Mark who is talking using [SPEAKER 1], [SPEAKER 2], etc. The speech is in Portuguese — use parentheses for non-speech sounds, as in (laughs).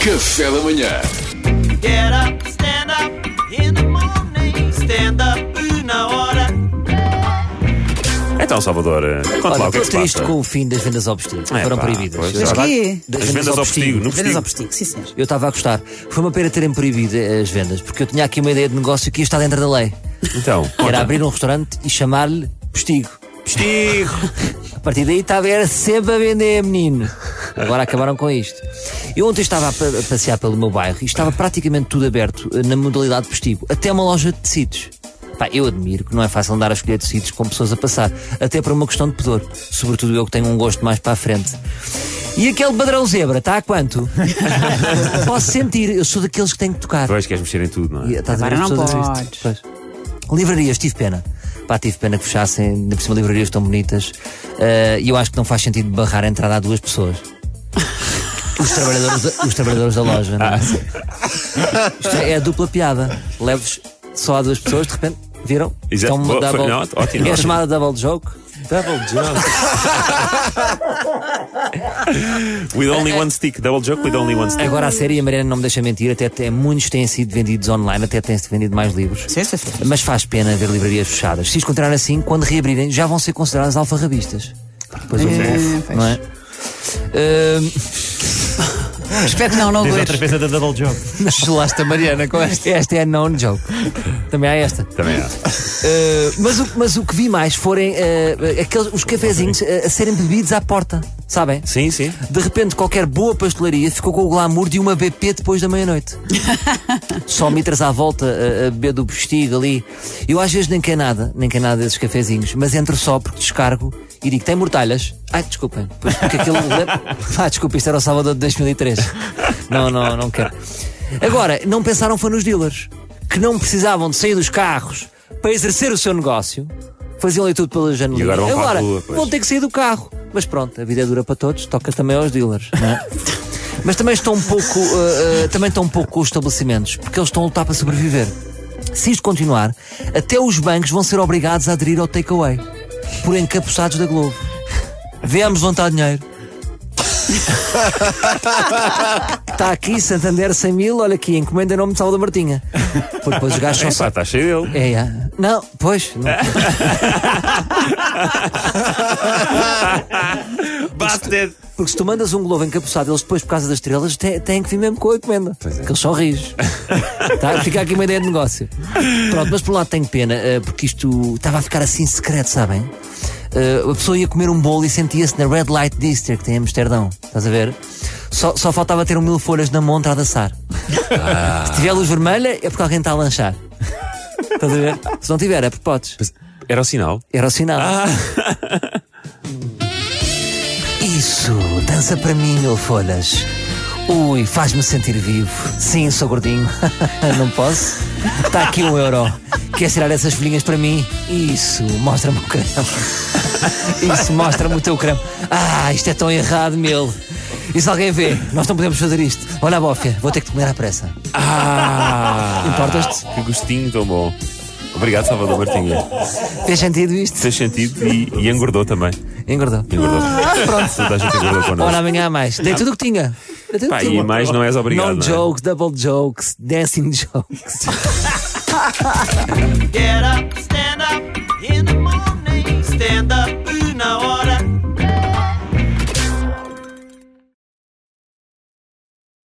[SPEAKER 1] Café da manhã.
[SPEAKER 2] Get up, stand up in the morning. Stand up na hora.
[SPEAKER 3] Então, Salvador, eh, conta lá
[SPEAKER 4] Olha,
[SPEAKER 3] o que é
[SPEAKER 4] estou
[SPEAKER 3] que se
[SPEAKER 4] triste
[SPEAKER 3] passa.
[SPEAKER 4] com o fim das vendas ao postigo.
[SPEAKER 3] É,
[SPEAKER 4] Foram
[SPEAKER 3] pá,
[SPEAKER 4] proibidas.
[SPEAKER 3] pois,
[SPEAKER 4] Eu
[SPEAKER 3] já
[SPEAKER 4] estava-
[SPEAKER 5] quê?
[SPEAKER 4] das
[SPEAKER 3] As vendas ao postigo, no
[SPEAKER 5] Vendas
[SPEAKER 3] postigo.
[SPEAKER 5] ao postigo, sim senhor.
[SPEAKER 4] Eu estava a gostar. Foi uma pena terem proibido as vendas, porque eu tinha aqui uma ideia de negócio que ia estar dentro da lei.
[SPEAKER 3] Então,
[SPEAKER 4] Que era
[SPEAKER 3] conta.
[SPEAKER 4] abrir um restaurante e chamar-lhe postigo.
[SPEAKER 3] Postigo!
[SPEAKER 4] (laughs) A partir daí estava era sempre a vender, menino. Agora acabaram com isto. Eu ontem estava a pa- a passear pelo meu bairro e estava praticamente tudo aberto eh, na modalidade postigo, até uma loja de tecidos. Pá, eu admiro que não é fácil andar a escolher tecidos com pessoas a passar, até por uma questão de pudor, sobretudo eu que tenho um gosto mais para a frente. E aquele padrão zebra, está a quanto? Posso sentir, eu sou daqueles que tenho que tocar.
[SPEAKER 3] Pois, queres mexer em tudo, não
[SPEAKER 4] E, eh,
[SPEAKER 3] é?
[SPEAKER 4] tá estás a ver
[SPEAKER 5] Agora
[SPEAKER 4] as
[SPEAKER 5] não
[SPEAKER 4] pessoas a dizer
[SPEAKER 5] podes.
[SPEAKER 4] isto? Pois. Livrarias, tive pena. Pá, tive pena que fechassem, ainda por cima livrarias tão bonitas. Eh, E eu acho que não faz sentido barrar a entrada a duas pessoas. (laughs) Os trabalhadores, da- os trabalhadores da loja, não é?
[SPEAKER 3] Ah.
[SPEAKER 4] Isto é a dupla piada. Leves só a duas pessoas, de repente, viram?
[SPEAKER 3] Exato.
[SPEAKER 4] Então,
[SPEAKER 3] Boa,
[SPEAKER 4] double-
[SPEAKER 3] foi- não, ótimo,
[SPEAKER 4] (laughs) é
[SPEAKER 3] ótimo.
[SPEAKER 4] chamada double joke. Double joke.
[SPEAKER 3] (laughs) With only one stick. Double joke with only one stick.
[SPEAKER 4] Agora a série, a Mariana não me deixa mentir, até, até muitos têm sido vendidos online, até têm-se vendido mais livros.
[SPEAKER 5] Sim, sim, sim.
[SPEAKER 4] Mas faz pena ver livrarias fechadas. Se as continuar assim, quando reabrirem, já vão ser consideradas alfarrabistas. Depois houve,
[SPEAKER 5] É, pois.
[SPEAKER 4] não é? Ahm,
[SPEAKER 5] Espero que não, não aguento.
[SPEAKER 6] vez a da Double Job.
[SPEAKER 4] Gelaste a Mariana com esta. (laughs) Esta é a non joke. Também há esta.
[SPEAKER 3] Também é. há.
[SPEAKER 4] Ah, mas, o, mas o que vi mais forem ah, aqueles, os cafezinhos ah, a serem bebidos à porta, sabem?
[SPEAKER 3] Sim, sim.
[SPEAKER 4] De repente, qualquer boa pastelaria ficou com o glamour de uma BP depois da meia-noite. Só mitras à volta a, a beber do postigo ali. Eu às vezes nem quero nada, nem quero nada desses cafezinhos, mas entro só porque descargo e digo: tem mortalhas? Ai, desculpem. Pois porque aquilo. lembra- (laughs) ah, desculpa, isto era o sábado de 2003. Não, não, não quero. Agora, não pensaram foi nos dealers, que não precisavam de sair dos carros para exercer o seu negócio. Faziam-lhe tudo pela janelinha.
[SPEAKER 3] agora vão para a rua, pois.
[SPEAKER 4] vão ter que sair do carro. Mas pronto, a vida é dura para todos, toca também aos dealers. não é? Mas também estão um pouco, uh, uh, também estão um pouco com os estabelecimentos, porque eles estão a lutar para sobreviver. Se isto continuar, até os bancos vão ser obrigados a aderir ao takeaway, por encapuçados da Globo. Viemos vontade de (laughs) dinheiro. Está aqui Santander 100 mil, olha aqui, encomenda em nome de Salvador Martinha. Porque depois os gajos só
[SPEAKER 3] Pá, está tá cheio dele.
[SPEAKER 4] é, é. Não, pois. Não.
[SPEAKER 3] Bastard!
[SPEAKER 4] Porque se tu mandas um globo encapuçado, eles depois, por causa das estrelas, te- têm que vir mesmo com a encomenda. Que eles só rijo. tá? Fica aqui uma ideia de negócio. Pronto, mas por um lado tenho pena, eh, porque isto estava a ficar assim secreto, sabem? Eh, a pessoa ia comer um bolo e sentia-se na Red Light District em Amsterdão. Estás a ver? Só, só faltava ter um mil folhas na montra a dançar. Se tiver luz vermelha, é porque alguém está a lanchar. Estás a ver? Se não tiver, é porque podes.
[SPEAKER 3] Era o sinal.
[SPEAKER 4] Era o sinal. (laughs) Isso, dança para mim, mil folhas. Ui, faz-me sentir vivo. Sim, sou gordinho. (laughs) Não posso? Está aqui um euro. Quer tirar essas folhinhas para mim? Isso, mostra-me o creme. (laughs) Isso, mostra-me o teu creme. Ah, isto é tão errado, meu. E se alguém vê? Nós não podemos fazer isto. Olha a bófia, vou ter que te comer à pressa.
[SPEAKER 3] Ah!
[SPEAKER 4] Importas-te?
[SPEAKER 3] Que gostinho tão bom. Obrigado, Salvador Martinha.
[SPEAKER 4] Fez sentido isto?
[SPEAKER 3] Fez sentido e, e engordou também.
[SPEAKER 4] Engordou.
[SPEAKER 3] Engordou. Pronto. Toda a gente engordou
[SPEAKER 4] Ora,
[SPEAKER 3] connosco.
[SPEAKER 4] amanhã há mais. Dei tudo o que tinha. Dei tudo o
[SPEAKER 3] Pá,
[SPEAKER 4] que
[SPEAKER 3] e
[SPEAKER 4] tinha.
[SPEAKER 3] mais não és obrigado.
[SPEAKER 4] Non
[SPEAKER 3] não é?
[SPEAKER 4] jokes, double jokes, dancing jokes.
[SPEAKER 2] Get up, stand up in the morning. Stand up